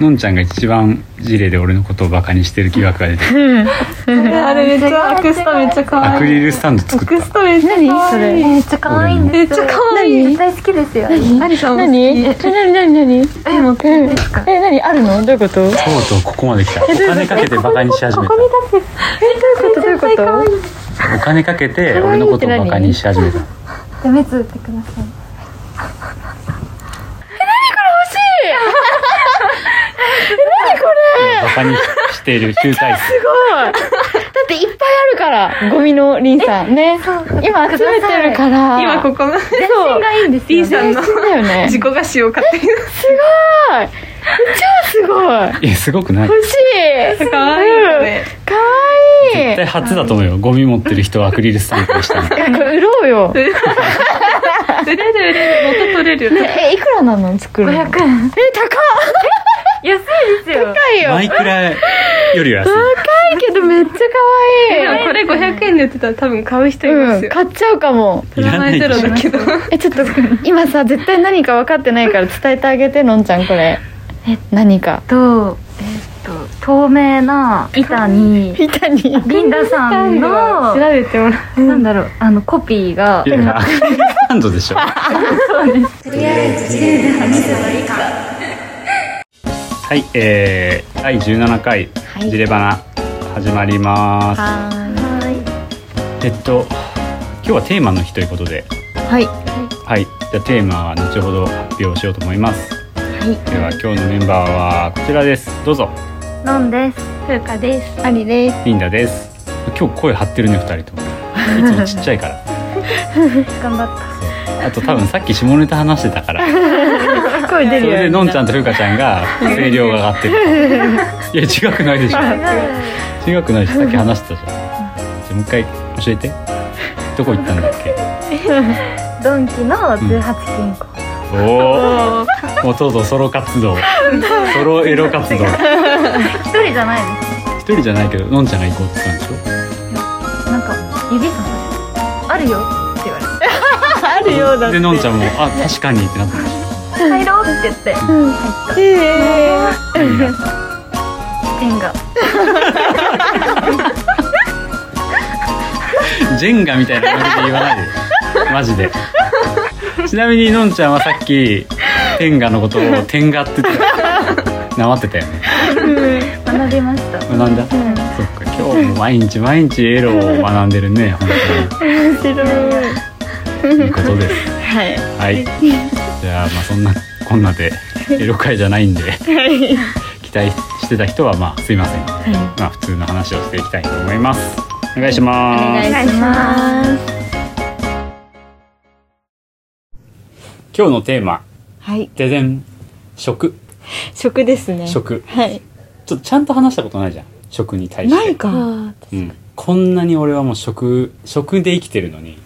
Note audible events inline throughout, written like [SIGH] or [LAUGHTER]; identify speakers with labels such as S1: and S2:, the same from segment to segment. S1: のんちゃんが一番事例で俺のことをバカにしてる疑惑が出てる
S2: あれめっちゃアクスタめっちゃ可愛い
S1: アクリルスタンド
S2: ア
S1: 作
S2: ク
S1: っ
S2: スタめっちゃ可愛い
S3: めっちゃ可愛いん
S2: め
S3: で
S2: っ
S3: す
S2: ちゃ可愛い
S3: 絶対好きですよ
S2: アリさんも好き
S4: 何え、何何何
S3: えもう
S4: うん
S3: ですか
S4: え、何あるのどういうこと
S1: たとうとうここまで来たお金かけてバカにし始めた
S4: どういうことどういうこ
S1: お金かけて俺のことをバカにし始めた
S3: ダメつってください
S1: バカにしている集大成
S4: とすごいだっていっぱいあるからゴミのリンさんね今集めてるから
S2: 今ここの [LAUGHS]
S4: 全
S3: 全身がいいんです
S2: リ
S3: よ
S2: ン
S3: ね
S2: さんの
S4: 全身だよね
S2: 自己菓子を買って
S4: すごい超すごい
S1: いやすごくない
S4: 欲しい
S2: 可愛いよね
S4: うんかわい
S1: 絶
S4: い
S1: 対初だと思うよゴミ持ってる人はアクリルスタンドにしたの
S4: これ売ろうよ
S2: 売れる売れる元取れるよね
S4: えいくらなの作るのえ
S3: 500円
S4: 高
S3: 安いですよ
S4: いよ
S1: マイクラより安い
S3: [LAUGHS]
S4: 高いけどめっちゃ
S2: で
S4: かわい
S2: もこれ500円で売ってたら多分買う人いま
S4: い
S2: す
S4: うん
S2: よ
S4: 買っちゃうかも
S1: い
S2: 名
S1: らない
S2: 前
S1: で
S2: ゼロ
S1: しょ
S2: だけど
S4: え [LAUGHS] ちょっと今さ絶対何か分かってないから伝えてあげてのんちゃんこれえ何 [LAUGHS] か
S3: とえーっと透明な板に
S4: 板に
S3: リンダさんの
S2: 調べてもら
S3: なんだろうあのコピーが
S1: いやいやアクリルスタンドでしょはいえー、第17回
S4: い
S1: 「ジレバナ」始まります、
S4: は
S1: えっと今日はテーマの日ということで
S4: い
S1: はいじゃあテーマは後ほど発表しようと思いますでは今日のメンバーはこちらですどうぞ
S3: のんですふうかです
S4: ありです
S1: リンダです今日声張ってるね2人ともいつもちっちゃいから
S3: 頑張っ
S1: あと多分さっき下ネタ話してたからそ
S4: 声出る
S1: れ
S4: よ
S1: でのんちゃんとふうかちゃんが声量が上がってるいや違くないでしょ
S3: た違
S1: 違くないしさっき話してたじゃんじゃあもう一回教えてどこ行ったんだっけ
S3: うドンキの18金庫
S1: おおもうとうとうソロ活動ソロエロ活動
S3: 一人じゃない
S1: 一
S3: で
S1: 人じゃないけどのんちゃんが行こうって言ったんでしょ
S3: すなんか指さされてあるよって言われて
S4: あるようだって
S1: でのんちゃんも「あ確かに」ってなったんでし
S3: 入ろうって言って入った
S4: え
S1: ょいいなジ
S3: ジェンガ
S1: ェンガみたいな感じで言わないでマジでちなみにのんちゃんはさっき天ガのことを天ガって言ってたなまってたよね
S3: 学びました
S1: 学んだそっか今日も毎日毎日エロを学んでるね本
S4: ー面白い
S1: 当にいいことです
S4: はい
S1: はいじゃあまあそんなこんなでエロ会じゃないんで期待してた人はまあすいませんまあ普通の話をしていきたいと思いますお願いします
S3: お願いします
S1: 今日のテーマ
S4: はい
S1: ででん食
S4: 食ですね
S1: 食
S4: はい
S1: ちょっとちゃんと話したことないじゃん食に対して
S4: ないかうん
S1: うん、こんなに俺はもう食食で生きてるのに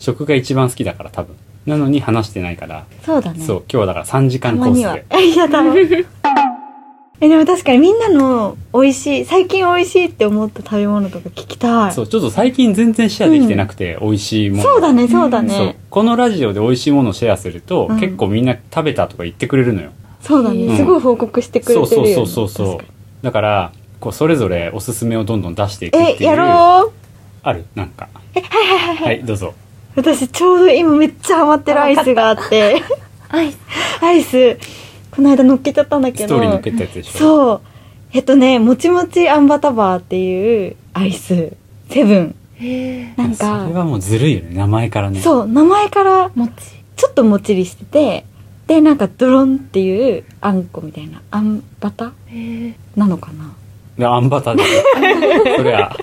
S1: 食が一番好きだから多分なのに話してないから、
S4: そうだね
S1: そう今日はだから3時間コースで
S4: いやだ [LAUGHS] えでも確かにみんなの美味しい最近美味しいって思った食べ物とか聞きたい
S1: そ
S4: そう
S1: ちょっと最近全然シェアできてなくて、美味しいもの
S4: うだねそうだ
S1: そう
S4: ね
S1: このラジオで美味しいものをシェアすると、
S4: うん
S1: 結構みんな食べたとか言ってくれるのよ
S4: そうだ
S1: うん
S4: ねすごい報告してくれてる
S1: そ
S4: よ
S1: う
S4: ね
S1: そうそうそうそう
S4: 確か
S1: だからこうそれぞれおすすめをどんどん出していくっていう
S4: えやろう
S1: あるなんかはいはいはいはい、はい、どうぞ
S4: 私ちょうど今めっちゃハマってるアイスがあって
S3: アイス
S4: アイスこの間乗っけちゃったんだけ
S1: ス
S4: ど
S1: トーリーに受けたやつでしょ
S4: そうえっとねもちもちあんバタバーっていうアイスセブンなん
S1: それ
S4: か
S1: はもうずるいよね名前からね
S4: そう名前から
S3: もち
S4: ちょっともっちりしててでなんかドロンっていうあんこみたいなあんバタなのかな
S1: であんバターで
S4: [LAUGHS]
S1: そりゃ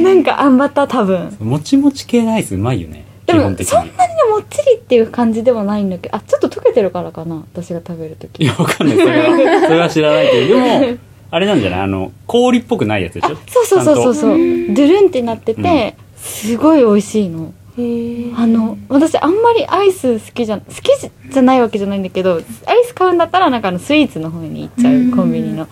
S4: なんかあんバタ多分
S1: もちもち系のアイスうまいよね基
S4: でも
S1: 本的
S4: そんな
S1: に
S4: にねもっちりっていう感じではないんだけどあちょっと溶けてるからかな私が食べると
S1: い
S4: き
S1: やわかんないそれ
S4: [LAUGHS]
S1: はそれは知らないけどでもあれなんじゃないあの氷っぽくないやつでしょ
S4: そうそうそうそう
S1: ち
S4: そうドゥルンってなってて、すごい美味しいのあの私あんまりアイス好きじゃ好きじゃないわけじゃないんだけどアイス買うんだったらなんかあのスイーツの方に行っちゃうコンビニの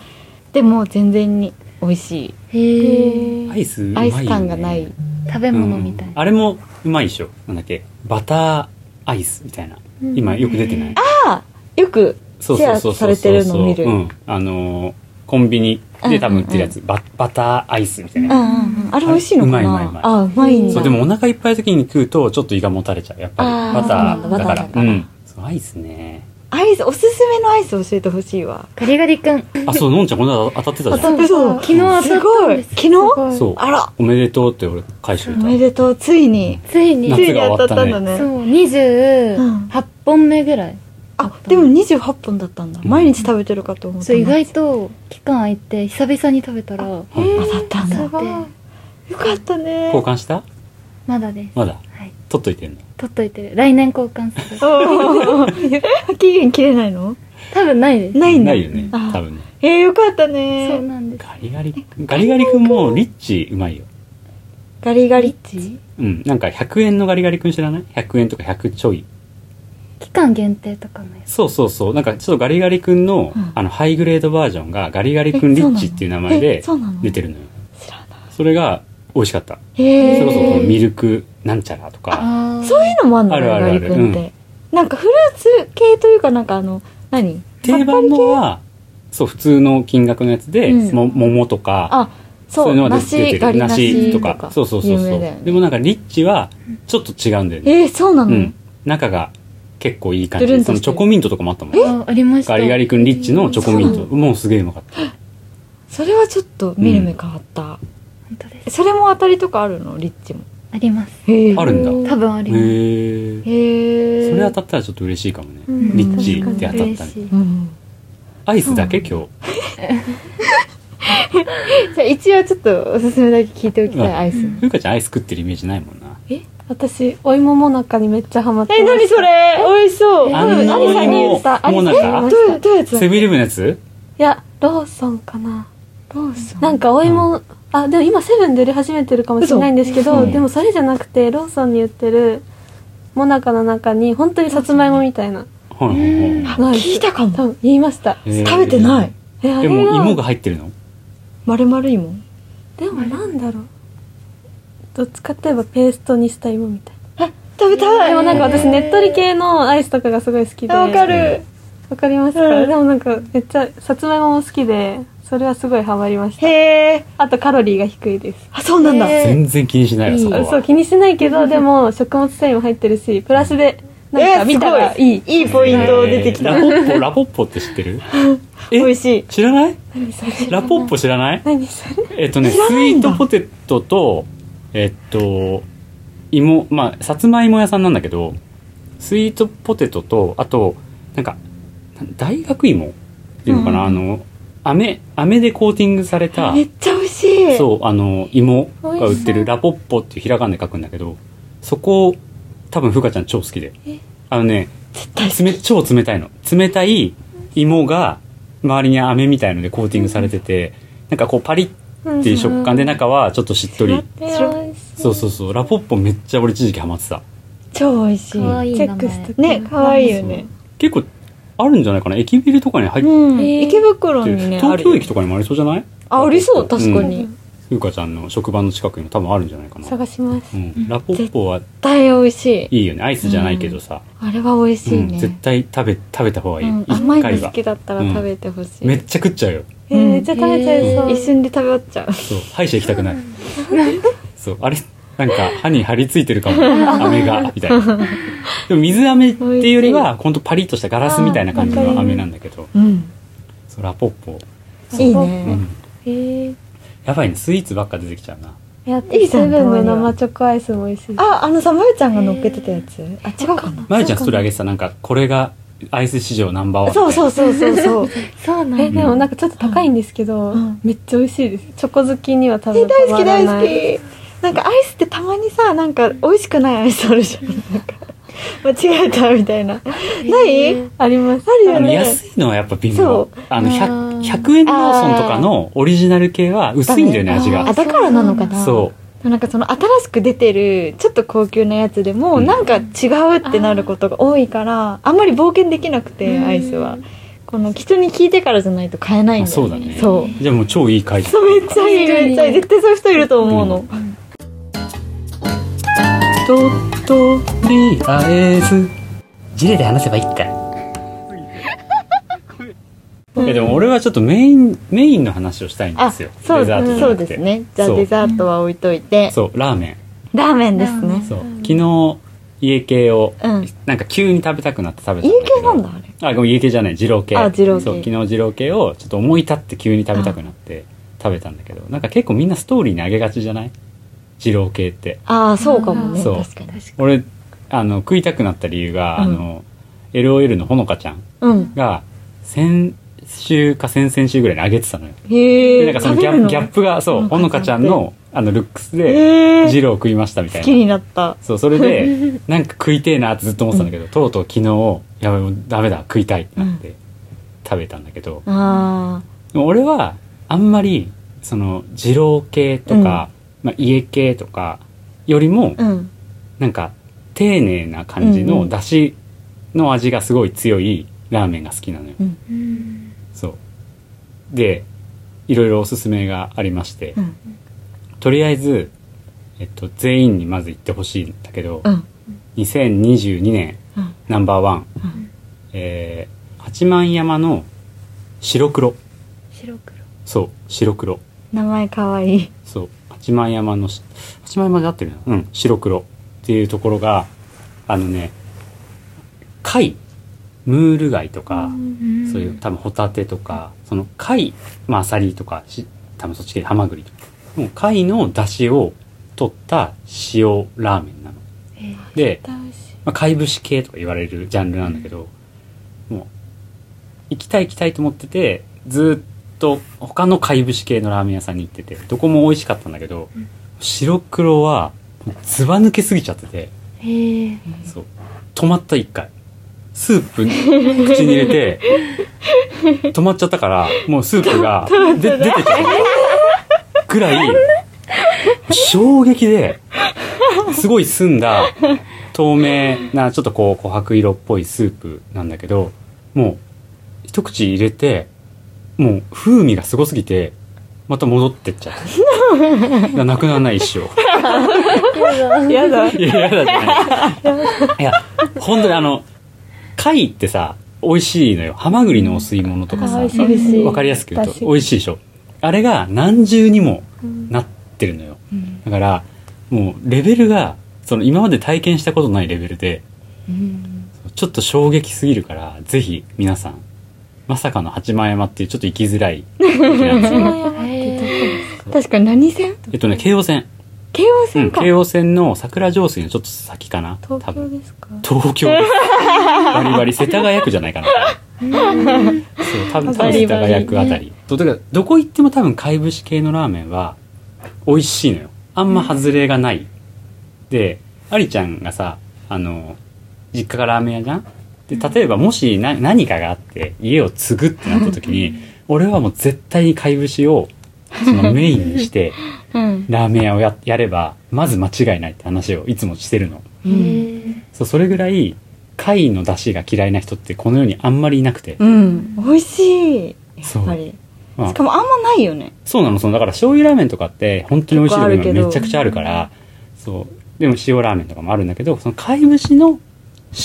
S4: でも全然に美味しい
S1: ゃんとアイスうま
S4: ア
S1: い
S4: イ
S1: よね
S4: ス感がない
S3: 食べ物みたい
S1: うんあれもうまいでしょなんだっけバターアイスみたいな今よく出てない
S4: よく
S1: そう
S4: シェ
S1: そう
S4: ア
S1: そう
S4: さ
S1: そう
S4: れ
S1: そ
S4: て
S1: う
S4: るの
S1: そ
S4: を
S1: う
S4: 見る。
S1: う
S4: うん
S1: んあのーコンビニで多分売ってるやつ、ババターアイスみたいな、
S4: うんうん。あれ美味しいのかな
S1: うまいうまいうまい
S4: あ、うまいんだ。
S1: そうでもお腹いっぱいの時に食うとちょっと胃がもたれちゃうやっぱ
S4: あー
S1: りバターだか
S4: バターだ
S1: ら
S4: から
S1: うんそうアイスね
S4: アイス、おすすめのアイス教えてほしいわ。
S5: ガリガリ君
S1: あそうのんちゃんこの間当たってたじゃん
S5: そうそう昨日当たった
S4: すご
S5: ん
S4: い。
S5: です
S4: 昨日
S5: ごい
S1: そう
S4: あら
S1: おめでとうって俺返しとい
S4: お
S1: た
S4: めでとう。ついに。
S5: ついに
S1: 夏
S4: つ
S5: そ
S1: が
S5: う
S4: いに当たったんだね。
S5: 28本目ぐらい
S4: あ、でも28本だったんだ。毎日食べてるかと思った。
S5: そう意外と期間空いて久々に食べたら
S1: うん
S4: 当たったんだ。
S5: 当たって
S4: よかったね。
S1: 交換した
S5: まだです
S1: まだ
S5: はい
S1: 取っといてんの
S5: 取っといてる来年交換する
S4: おー [LAUGHS] 期限切れないの
S5: [LAUGHS] 多分ないです
S4: ないんだ
S1: ないよね
S4: あ
S1: 多分ね
S4: えー、よかった
S5: そう
S4: ね
S5: なんです
S1: ガリガリガリガリ君もリッチうまいよ
S4: ガリガリ
S5: チ
S1: うんなんか100円のガリガリ君知らない ?100 円とか100ちょい
S5: 期間限定とかのやつ
S1: そうそうそうなんかちょっとガリガリ君の、
S4: うん
S1: あのハイグレードバージョンがガリガリ君リッチっていう名前
S4: え
S1: で
S4: そうなの
S1: 出てるのよ
S4: 知らない
S1: それが美味しかった
S4: へ
S1: それこそこの
S4: え
S1: ミルクなんちゃらとか
S5: あ
S4: そういうのもあんの
S1: あるあるあ
S4: ガ
S1: る
S4: リガリ君ってなんかフルーツ系というかなんかあの何
S1: 定番のはそう普通の金額のやつで、
S4: うん
S1: も桃とか
S4: あそう
S1: いうのは出て
S4: 梨
S1: る
S4: ガリ梨
S1: 梨
S4: と
S1: と
S4: か
S1: かそうそうそう
S4: 有
S1: そ
S4: 名
S1: う、
S4: だよね
S1: でもなんかリッチはちょっと違うんだよね、
S4: えー、そうな
S1: う
S4: の、
S1: ん、中が結構いい感じ
S4: ドゥ
S1: で
S4: ルンと
S1: そ
S4: してる
S1: のチョコミントとかもあったもん
S5: あありました
S1: ガリガリ君リッチのチョコミントもうすげえうまかった
S4: それはちょっと見る目変わった、
S5: 本当です
S4: それも当たりとかあるのリッチも
S5: あります
S4: へえ
S1: あるんだ
S5: 多分あります
S1: へえ
S4: へえ
S1: それ当たったらちょっと嬉しいかもね、
S4: ん
S1: リッチって当たっ
S5: 嬉
S1: たね
S5: しい
S4: うん
S1: アイスだけ今日
S4: じゃあ一応ちょっとおすすめだけ聞いておきたいアイ
S5: う
S4: ス、
S5: ん
S1: ふうかちゃんアイス食ってるイメージないもんな
S2: 私、お芋もなかにめっちゃハマって
S4: え、なにそれ美味しそう。
S5: え
S1: あ
S4: 多分
S1: の
S4: 何さんに言
S1: 芋
S4: った。
S2: た
S1: もうな
S4: ど
S1: ん
S4: う
S1: か
S4: いう、どういうやつだ
S1: セブンイレブンのやつ
S2: いや、ローソンかな。
S4: ローソン
S2: なんかお芋、あ、でも今セブンで売り始めてるかもしれないんですけ
S1: 嘘
S2: ど、
S1: うん
S2: でもそれじゃなくて、ローソンに売ってる、もなかの中に、本当にさつまいもみたいな。
S1: はいはいは
S2: のある
S4: 聞いたか
S2: 多
S4: も。
S2: 分言いました。
S1: いへー
S4: 食べてない。
S2: え、
S1: で
S2: あれ
S1: も芋
S2: は、
S1: が入ってるの
S4: 丸々芋。
S2: でもなんだろう。どっちかといえばペーストにした芋みたい
S4: 食べ
S2: な。
S4: たい。
S2: でもなんか
S4: え
S2: 私、ねっとり系のアイスとかがすごい好きで。
S4: わかる。
S2: わかりますか、
S4: うん
S2: でもなんかめっちゃさつまいもも好きでそれはすごいハマりました
S4: へえ。
S2: あとカロリーが低いです
S4: あ、そうなんだ。
S5: え
S1: 全然気にしないわそこ
S2: あそう
S1: は
S2: 気にしないけどでも食物繊維も入ってるしプラスでなん
S4: え
S2: か
S4: ー、す
S2: 見た
S4: ご
S2: らい
S4: い
S2: い。
S4: いいポイント出てきた
S1: え。ーラポッポラポッポって知って
S4: [LAUGHS]
S1: るえ
S4: 美味しい。
S1: 知らないラポッポ知ら
S4: [LAUGHS]
S1: ない
S2: 何それ
S1: えっとねス
S4: 知らない
S1: イ
S4: ん
S1: ー
S4: だ
S1: トポテトとえっと芋まあさつまいも屋さんなんだけどスイートポテトとあとなんかなん大学芋っていうのかな、あの飴飴でコーティングされた
S4: めっちゃ美味しい。
S1: そうあの芋が売って
S2: 美味しそう
S1: るラポッポっていうひらがなで書くんだけどそこ多分ふかちゃん超好きであのね
S4: 絶対好き
S1: つめ超冷たいの冷たい芋が周りに飴みたいのでコーティングされててなんかこうパリッ
S2: うん
S1: っていう食感で中はちょっとしっとり
S2: えー美味しい
S1: そうそうそうラポッポめっちゃ俺一時期ハマってた
S4: 超美味しい。
S5: 可愛い
S2: チェ
S5: 名
S2: ッ
S5: 前
S2: クしとく
S4: ね、可愛いよね。
S1: 結構あるんじゃないかな駅ビルとかに入っ
S4: うん。
S2: えー
S4: 池袋
S1: てる、
S4: にね、あ
S1: 東
S4: る
S1: 京
S4: よ。
S1: 駅とかにもありそうじゃない
S4: あ、ありそう、確かに。
S1: ふうかちゃんの職場の近くにも多分あるんじゃないかな
S2: 探します
S1: うん、ラポッポは
S4: 絶対美味しい。
S1: いいよねアイスじゃないけどさ、
S4: あれは美味しい
S1: うん
S4: ね。
S1: 絶対食べ食べた方がいい、
S4: うん
S1: 一
S4: 甘い
S1: 回
S4: の好
S1: は
S4: きだったら食べてほしい。
S1: めっちゃ食っちゃうよ
S2: えーめっちゃ食べちゃいそう、
S5: うん
S4: 一瞬で食べ終わっちゃう。
S1: そう歯医者行きたくないそうあれなんか歯に張り付いてるかも飴がみたいなでも水飴っていうよりはほんとパリッとしたガラスみたいな感じ
S2: あーわ
S1: の
S2: かる
S1: 飴なんだけど
S4: うん。
S1: そうラポッポ、
S4: いい
S1: うん
S4: ね。
S2: えー
S1: やばいねスイーツばっか出てきちゃうない
S2: や
S4: いいじゃん
S2: セブンの生チョコアイスも美味しい
S4: あ、あのさ、まゆちゃんが乗っけてたやつ。あ、違うかな。
S1: まゆちゃんストーリーあげてたなんかこれがアイス史上ナンバーワン
S4: そうそう
S1: う
S4: そうそうそう。
S5: そうなん
S2: え
S5: だ
S2: でもなんかちょっと高いんですけど、
S4: うん
S2: めっちゃ美味しいですチョコ好きには多
S4: え、
S2: 分た
S4: 大好
S2: まら
S4: き大
S2: ない
S4: 好き。なんかアイスってたまにさ、なんか美味しくないアイスあるじゃん。なんか間違えたみたいな。ない
S2: あります
S4: ある
S1: あの
S4: よね。
S1: 安いのはやっぱ微
S4: そう
S1: 妙あの 100,
S5: あー
S1: 100円ローソンとかのオリジナル系は薄いんだよね
S4: あー
S1: 味
S4: あ、
S1: が
S4: だからなのかな。。
S1: そう
S4: なんかその新しく出てる、ちょっと高級なやつでも、
S1: うん
S4: なんか違うってなることが多いから、あんまり冒険できなくて、アイスは。この人に聞いてからじゃないと買えないんだよ
S1: あそうだね
S4: そう。
S1: うじゃあもう超いい回
S4: そうめっちゃいい
S5: 確かに
S4: めっちゃいい絶対そういう人いると思うの、
S1: ととりあえずジレで話せばいいか [LAUGHS] えでも俺はちょっとメインメインの話をしたいんで
S4: あ
S1: すよ
S4: そう
S1: デザートじゃ
S4: そう
S1: なく
S4: で
S1: て
S4: すねじゃあ
S1: そう
S4: デザートは置いといて
S1: そうラーメ
S4: ラーメンですね
S1: ンそう昨日家系を
S4: うん
S1: なんか急に食べたくなって食べたんだけ
S4: 家
S1: ど
S4: 系なんだあれ
S1: あごめん家系じゃない二郎系
S4: あ二郎系
S1: そう昨日二郎系をちょっと思い立って急に食べたくなって食べたんだけどなんか結構みんなストーリーにあげがちじゃない二郎系って
S4: ああそうかもね
S1: そう
S4: 確かに
S1: 俺あの食いたくなった理由が、
S4: うん
S1: あの LOL のほのかちゃん
S4: うん
S1: が先週か先々週ぐらいにあげてたのよで
S4: へ
S1: な
S4: え
S1: んかそのギャギャップがそうほ
S4: ほ
S1: の
S4: の
S1: か
S4: か
S1: ち
S4: ち
S1: ゃ
S4: ゃ
S1: ん
S4: ん
S1: のあのルックスで
S4: へえ
S1: 二郎食いましたみたい
S4: 好
S1: な
S4: きになった
S1: そうそれ
S4: [LAUGHS]
S1: でなんか食いてえなってずっと思ってたんだけど、とうとう昨日やばいもうダメだ食いたいってなって食べたんだけど、
S4: あ
S1: でも俺はあんまりその二郎系とか、まあ、家系とかよりも
S4: あうん
S1: なんか丁寧な感じ
S4: うんう
S1: の
S4: ん
S1: 出汁の味がすごい強いラーメンが好きなのよ、
S4: うん
S1: そうでいろいろおすすめがありまして、
S4: うん
S1: とりあえず、えっと、全員にまず行ってほしいんだけど、
S4: うん
S1: 2022年
S4: うん
S1: ナンバーワン、
S4: うん
S1: えー八幡山の白黒
S5: 白黒
S1: そう白黒
S4: 名前かわいい
S1: そう八幡山のし八幡山で合ってるなうん白黒っていうところがあのね貝ムール貝とか、そういう多分ホタテとかその貝まあアサリとかし多分そっち系ハマグリとかもう貝の出汁を取った塩ラーメンなの。で、まあ、貝節系とか言われるジャンルなんだけど、もう行きたい行きたいと思っててずっと他の貝節系のラーメン屋さんに行っててどこも美味しかったんだけど、白黒はもうずば抜けすぎちゃってて、そう止まった1回スープ口に入れ [LAUGHS] て止まっちゃった
S2: [LAUGHS]
S1: からもうスープがで出てきちゃったぐらい衝撃ですごい澄んだ透明なちょっとこう琥珀色っぽいスープなんだけどもう一口入れてもう風味がすごすぎてまた戻ってっちゃったなくならない一生
S2: [LAUGHS] やだ
S1: いや、嫌だじゃない。いや、本当にあの、貝ってさ、美味しいのよ。ハマグリのお吸い物とかさ、
S2: 美味しい
S1: わかりやすく言うと美味しいでしょ。あれが何重にもなってるのよ。だから、もうレベルが、その今まで体験したことないレベルで、ちょっと衝撃すぎるから、ぜひ皆さん、まさかの八幡山っていうちょっと行きづらい駅なんですよ。
S4: 確かに何線
S1: えっとね、京王線。
S4: 京王
S1: うん、
S4: 線か
S1: 京王線の桜上水のちょっと先かな。多
S2: 東京
S1: 分。
S2: ですか
S1: 東京ですバリバリ世田谷区じゃないかなそう多分多分世田谷区あたりそうだからどこ行っても多分貝節系のラーメンは美味しいのよあんま外れがない、でありちゃんがさあの実家がラーメン屋じゃんで例えばもしな何かがあって家を継ぐってなった時に俺はもう絶対に貝節をそのメインにして
S4: うん
S1: ラーメン屋をややればまず間違いないって話をいつもしてるの
S4: うん
S1: そうそれぐらい貝の出汁が嫌いな人ってこの世にあんまりいなくて、
S4: うん美味しいやっぱり
S1: まあ
S4: しかもあんまないよね
S1: そうなのそのだから醤油ラーメンとかって本当に美味しい
S4: 結構あ
S1: と
S4: る
S1: こ
S4: け
S1: ろ
S4: ど
S1: めちゃくちゃあるからそうでも塩ラーメンとかもあるんだけどその貝節の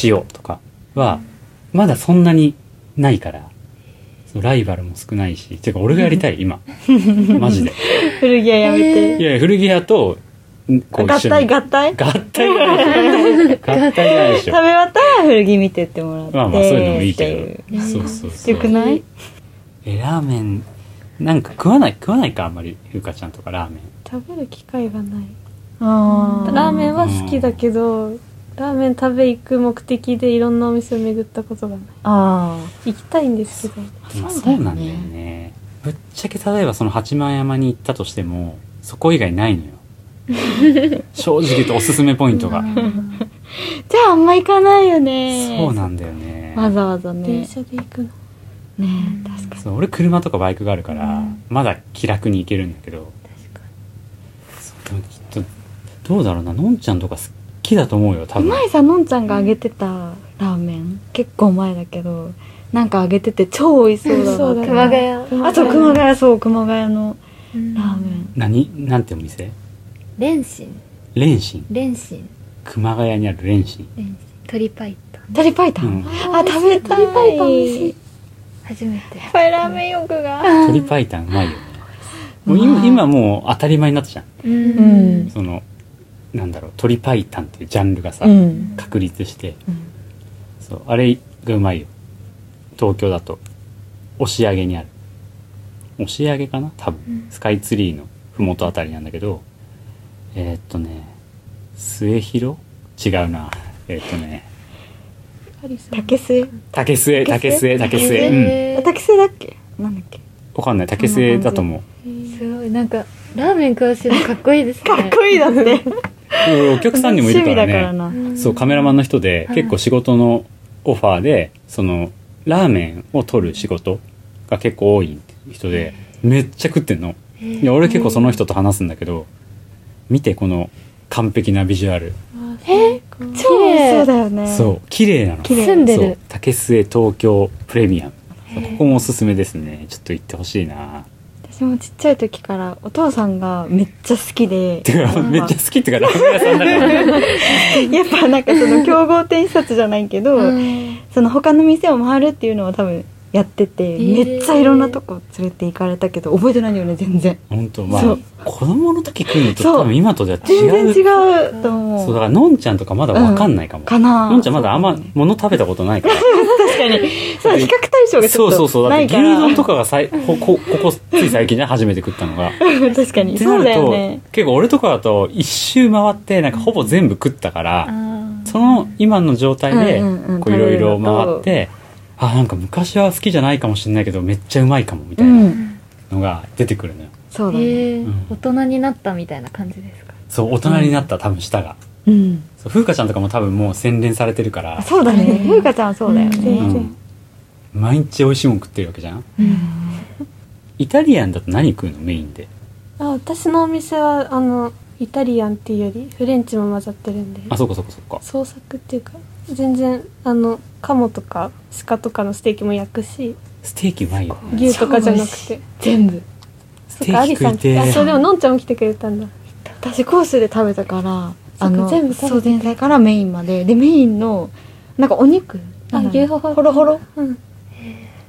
S1: 塩とかはまだそんなにないからそうライバルも少ないしていうか俺がやりたい
S4: [LAUGHS]
S1: 今マジで
S4: 古着屋やめて
S1: いやいや古着屋とんこう
S4: 合
S1: 一緒に
S4: 体合体
S1: 合体じゃない
S4: [LAUGHS]
S1: でしょ合体じゃないでし
S4: 食べ終
S1: ょ
S4: わったら古着見てってもらって
S1: まあまあそういうのもいい
S4: って
S1: けど
S4: う
S1: そうそうそう
S4: よくない
S1: えラーメンなんか食わない食わないかあんまりふうかちゃんとかラーメン
S2: 食べる機会がない
S4: あ
S2: ラーメン
S4: は
S2: は好きだけどラーメン食べ行く目的でいろんなお店を巡ったことがない
S4: あ
S2: 行きたいんですけど
S1: まあ
S4: そう
S1: そ
S4: だ
S1: う
S4: よね
S1: なんだよねぶっちゃけ例えばその八幡山に行ったとしてもそこ以外ない
S4: [LAUGHS]
S1: のよ正直言うとおすすめポイントが、
S4: あ [LAUGHS] じゃああんま行かないよね
S1: そうなんだよね
S4: わざわざ
S2: 電
S4: ね
S2: 車で行くの
S4: ね確か
S1: そう俺車とかバイクがあるから、まだ気楽に行けるんだけどそうでもきっとどうだろうなのんちゃんとか好きだと思うよ多
S4: に
S1: 分
S4: 前さのんちゃんがあげてたラーメン結構前だけどなんかあげてて超美味しそうだな
S2: そうだね
S5: 熊谷
S2: 熊
S4: あと熊谷そう熊谷のラーメン
S1: 何なんてお店
S5: 連心
S1: 蓮心
S5: 連心
S1: 熊谷にある蓮心
S5: 連心鳥パイタン
S4: 鶏白湯、
S1: うん
S4: あ食べたい
S2: 鶏白湯美味しい
S5: 初めて
S4: ファイラーメン欲が
S1: 鶏白湯うまいよねもう
S4: うま
S1: 今
S4: い
S1: 今もう当たり前になったじゃん
S5: うん
S4: うん
S1: そのなんだろう鶏白湯っていうジャンルがさ、
S4: うん
S1: 確立して
S4: うん
S1: そうあれがうまいよ東京だと押上にある押上かな多分、
S5: うん
S1: スカイツリーの麓あたりなんだけどえーっとね末広違うなえーっとね竹末竹末竹
S4: 竹末竹末
S5: へ
S1: 末うん
S5: ー
S4: 竹末だっけなんだっけ
S1: わかんない竹末だと思う
S5: すごいなんかラーメン詳しいのかっこいいですね
S4: かっこいいだって
S1: うんお客さんにもいるから
S4: 趣味だ
S1: ね
S4: からな
S1: そうカメラマンの人で
S5: はい
S1: 結構仕事のオファーでそのラーメンを取る仕事が結構多い人でめっちゃ食ってんの
S5: え
S1: いや俺結構その人と話すんだけど見てこの完璧なビジュアル
S2: え
S4: 超美味しそうだよね
S1: そう綺麗なの
S4: 綺麗
S5: 住んで
S1: そう
S5: る
S1: 竹末東京プレミアムそうここもおすすめですねちょっと行ってほしいな
S4: 私もちっちゃい時からお父さんがめっちゃ好きで
S1: てか
S5: ん
S1: めっちゃ好きっていうかラーメン屋さんだからね
S4: [LAUGHS] やっぱなんかその競合店視察じゃないけど、
S5: うん
S4: その他の店を回るっていうのは多分やってて、
S5: ー
S4: めっちゃいろんなとこ連れて行かれたけど覚えてないよね全然
S1: 本当ま
S4: そ
S1: あ
S4: う
S1: 子供の時食うのと
S4: そう
S1: 多分今とじゃ違
S4: 全然
S1: う
S4: 違うと思う
S1: そうだからのんちゃんとかまだわかんないかも、
S4: かな
S1: のんちゃんまだあんま
S4: そうね
S1: 物食べたことないから
S4: 確かにそう比較対象がち
S1: そ
S4: ょ
S1: うそう
S4: っ
S1: そ
S4: と
S1: うだっ
S4: な
S1: て牛
S4: いから
S1: 丼とかがさいこ [LAUGHS] こここつい最近ね初めて食ったのが
S4: 確かに
S1: って
S4: そ
S1: な
S4: うだ
S1: る
S4: よ
S1: と、
S4: ね
S1: 結構俺とかだと一周回ってなんかほぼ全部食ったから、
S5: あ
S1: その今の状態で
S4: うんうんうん
S1: こういろいろ回っ
S4: 食べ
S1: て、あなんか昔は好きじゃないかもしれないけどめっちゃうまいかもみた
S4: う
S1: いなんのが出てくるのよ、
S4: そうだね
S5: え
S1: うん
S5: 大人になったみたいな感じですか
S1: そう大人になった多分舌が
S4: うん
S1: そう風花ちゃんとかも多分もう洗練されてるから
S4: そうだねふうかちゃんはそうだよ
S5: う
S1: う
S4: ね
S1: ん、毎日美味しいもん食ってるわけじゃん
S4: うん
S1: イタリアンだと何食うのメインで
S2: あ私のお店はあのイタリアンっていうよりフレンチも混ざってるんで
S1: あそっかそっかそっか
S2: 創作っていうか全然あの鴨とか鹿とかのステーキも焼くし
S1: ステーキうまいよね
S2: 牛とかじゃなくて
S4: 全部
S1: ス
S2: そっ
S1: テ
S2: か
S1: ー
S2: ア
S1: キ
S2: リ
S1: 食
S2: さん
S1: い
S2: 来
S1: て
S2: てあ
S1: え
S2: そうでものんちゃんも来てくれたんだ
S4: 私コースで食べたから
S2: そっか
S4: あの
S2: 全部食べて
S4: そう前菜からメインまででメインのなんかお肉
S2: あ
S4: なんだろう
S2: 牛ほほ
S4: ほろほろ
S2: うん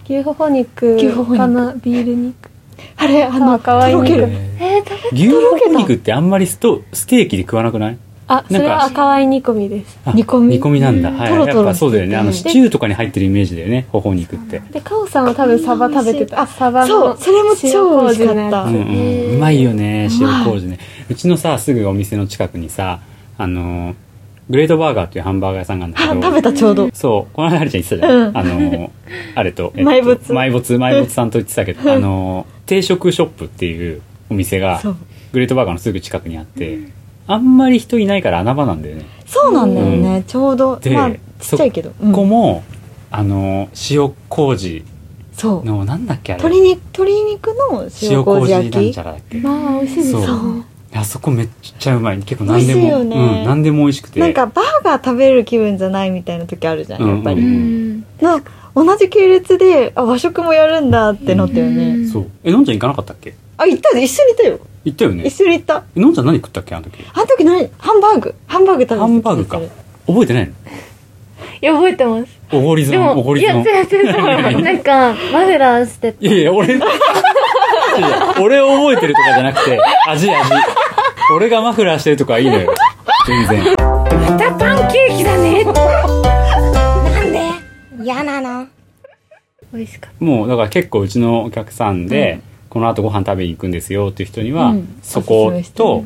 S2: 牛ほほ肉
S4: 牛ほほ肉
S2: かなビール肉
S4: あれあの
S2: あ可愛い
S4: とろける
S1: えー
S5: えー、食
S1: 牛ほほ肉ってあんまりストステーキで食わなくない
S2: あそれは赤ワイン煮込みです
S1: あ
S4: 煮込み
S1: 煮込みなんだ、
S5: うん
S1: はい
S4: トロトロ
S1: やっぱそうだよ
S4: して
S1: ね
S4: て
S1: あのシチューとかに入ってるイメージだよねほほ肉って
S2: でカオさんは多分サバ食べてたあサバ
S4: そう
S2: の
S4: それも超美味しか
S1: うん
S2: 塩麹の
S4: った
S1: う
S2: や
S1: ん
S5: へー
S1: うまいよね
S4: う
S1: 塩
S4: まい
S1: 麹ねうちのさすぐお店の近くにさあのグレートバーガーっていうハンバーガー屋さんがあるんだけ
S4: あ
S1: ど
S4: 食べたちょうど
S1: そう、この間あるちゃん言ってたじゃん。
S4: うん
S1: あの、あれと、
S4: 埋没
S1: 埋没、埋没さんと言って
S4: [LAUGHS]
S1: たけど、あの、定食ショップっていうお店が
S4: そ、う
S1: グレートバーガーのすぐ近くにあって、あんまり人いないから穴場なんだよね。
S4: そうなんだよね、
S1: う
S4: ちょうど
S1: で
S4: まあちっちゃいけど、う
S1: ここ
S4: ん、
S1: も、あの、塩麹
S4: そう
S1: の、なんだっけあれ
S4: 鶏肉鶏肉の塩麅焼
S1: なんち
S4: き
S1: ゃらだっけ。
S2: まあ美味しいです
S1: そう
S2: ね
S1: あそこめっちゃうまい。結構何で
S4: 美味しい
S1: も、
S4: よ
S1: うん、
S4: ね
S1: 何でも美味しくて。
S4: なんかバーガー食べる気分じゃないみたいな時あるじゃんやっぱ
S1: う
S4: り、
S5: ん
S4: の同じ系列であ和食もやるんだってなったよね、
S5: うん
S1: そう。え、のんちゃん行かなかったっけ
S4: あ行った一緒に行ったよ、
S1: 行ったよね。
S4: 一緒に行った
S1: えのんちゃん何食ったっけあの時。
S4: あの時何ハンバーグハンバーグ食べてた
S1: ハンバーグか。覚えてないの
S5: いや覚えてます
S1: おごりず
S5: で
S1: の、お
S5: も
S1: ごり
S5: い
S1: ず
S5: や
S1: の。
S5: 違う違う
S1: [LAUGHS]
S5: 違うなんかマフラーして
S1: いやいや、俺、いやいや俺を覚えてるとかじゃなくて、味味。俺がマフラーしてるとかはいいのよ。全然。
S5: 美味しかっ
S1: もう、だから結構うちのお客さんで、この後ご飯食べに行くんですよっていう人には、
S4: うん
S1: そこ
S4: おすすめして
S1: と、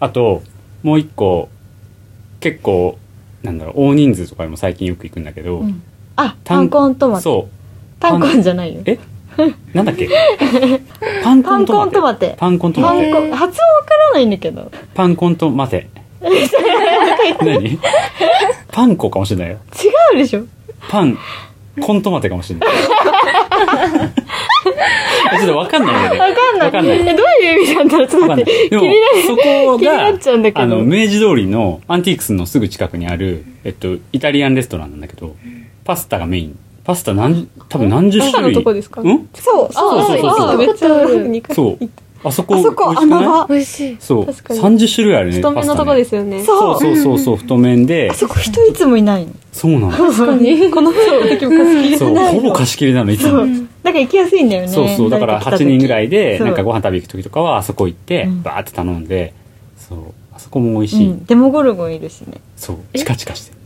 S1: あと、もう一個、結構、なんだろう、大人数とかにも最近よく行くんだけど、
S4: うんあパンコントマト
S1: そ
S4: パンコンじゃないよ
S1: えう。なんだっけパンコ
S4: パ
S1: ン
S4: ンコ
S1: ト
S4: ント
S1: マ
S4: マ
S1: テ。
S4: テ
S1: パンコントマ
S4: パン
S1: テ。
S4: コン発音わからないんだけど
S1: パンコントマテ。何パンコかもしれないよ。
S4: 違うでしょ
S1: パン、コントマテかもしれない。ちょっとわかんないんだよね。
S4: わかんない
S1: わかんない
S4: えどういう意味なんだろうちょっ
S1: わ
S4: と
S1: かんな
S4: 待って
S1: い。でも
S4: 気にな、
S1: そこ
S4: 気になっちゃうんだけ
S1: が、
S4: ど
S1: あの、明治通りのアンティークスのすぐ近くにある、えっと、イタリアンレストランなんだけど、パスタがメイン。パスタ何、多分何十種類。
S2: パスタのとこですか
S1: うん
S4: そうそう
S1: そうそうそう
S2: あめっちゃ
S4: そう
S2: 肉
S1: そう。あそこ
S4: あそこ
S1: 美味しくない
S4: 穴場
S5: 美味しい
S1: そう
S2: 確かに
S1: 30種類あるね
S2: 太麺のとこです
S1: よ
S2: よね
S4: そう
S1: そうそうそうそう太麺で
S4: あそこ人いつもいないの
S1: そうなの
S4: 確かに [LAUGHS] この人の時も貸し切りじ
S1: そ
S4: ゃ
S1: う
S4: ない
S1: ほぼ貸し切りなのいつ
S4: そ
S1: も
S4: うなんか行きやすいんだよね
S1: そうそうだから8人ぐらいでなんかご飯食べ行く時とかはあそこ行って
S4: うん
S1: バーって頼んでそうあそこも美味
S4: う
S1: しい
S4: んでもゴルゴンいるしね
S1: そうチカチカしてる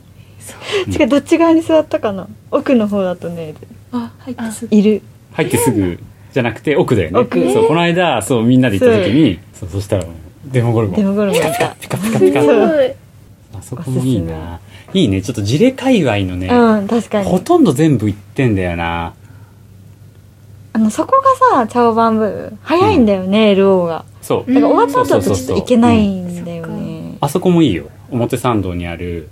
S1: うん
S4: 違うどっち側に座ったかな奥の方だとね
S2: あ入ってすぐ
S4: いる
S1: 入ってすぐじゃなくて奥だよね
S4: 奥
S1: そうこの間そうみんなで行った時にそうそしたらもうデモゴルゴ
S4: で
S1: ン
S4: もゴルゴンいた
S1: ピカピカピカ
S5: すごい
S1: あそこもいいないいねちょっとジレ界隈のね
S4: うん確か
S1: ほ
S4: に
S1: とんど全部行ってんだよな
S4: あのそこがさチャオバンブー早いんだよね、LO が
S1: そう
S5: うん
S4: だから終わった後だ
S1: そ
S4: と
S1: う
S4: ち
S1: そうそうそ
S4: ょっと
S1: う
S4: 行けないんだよね
S1: あそこもいいよ表参道にある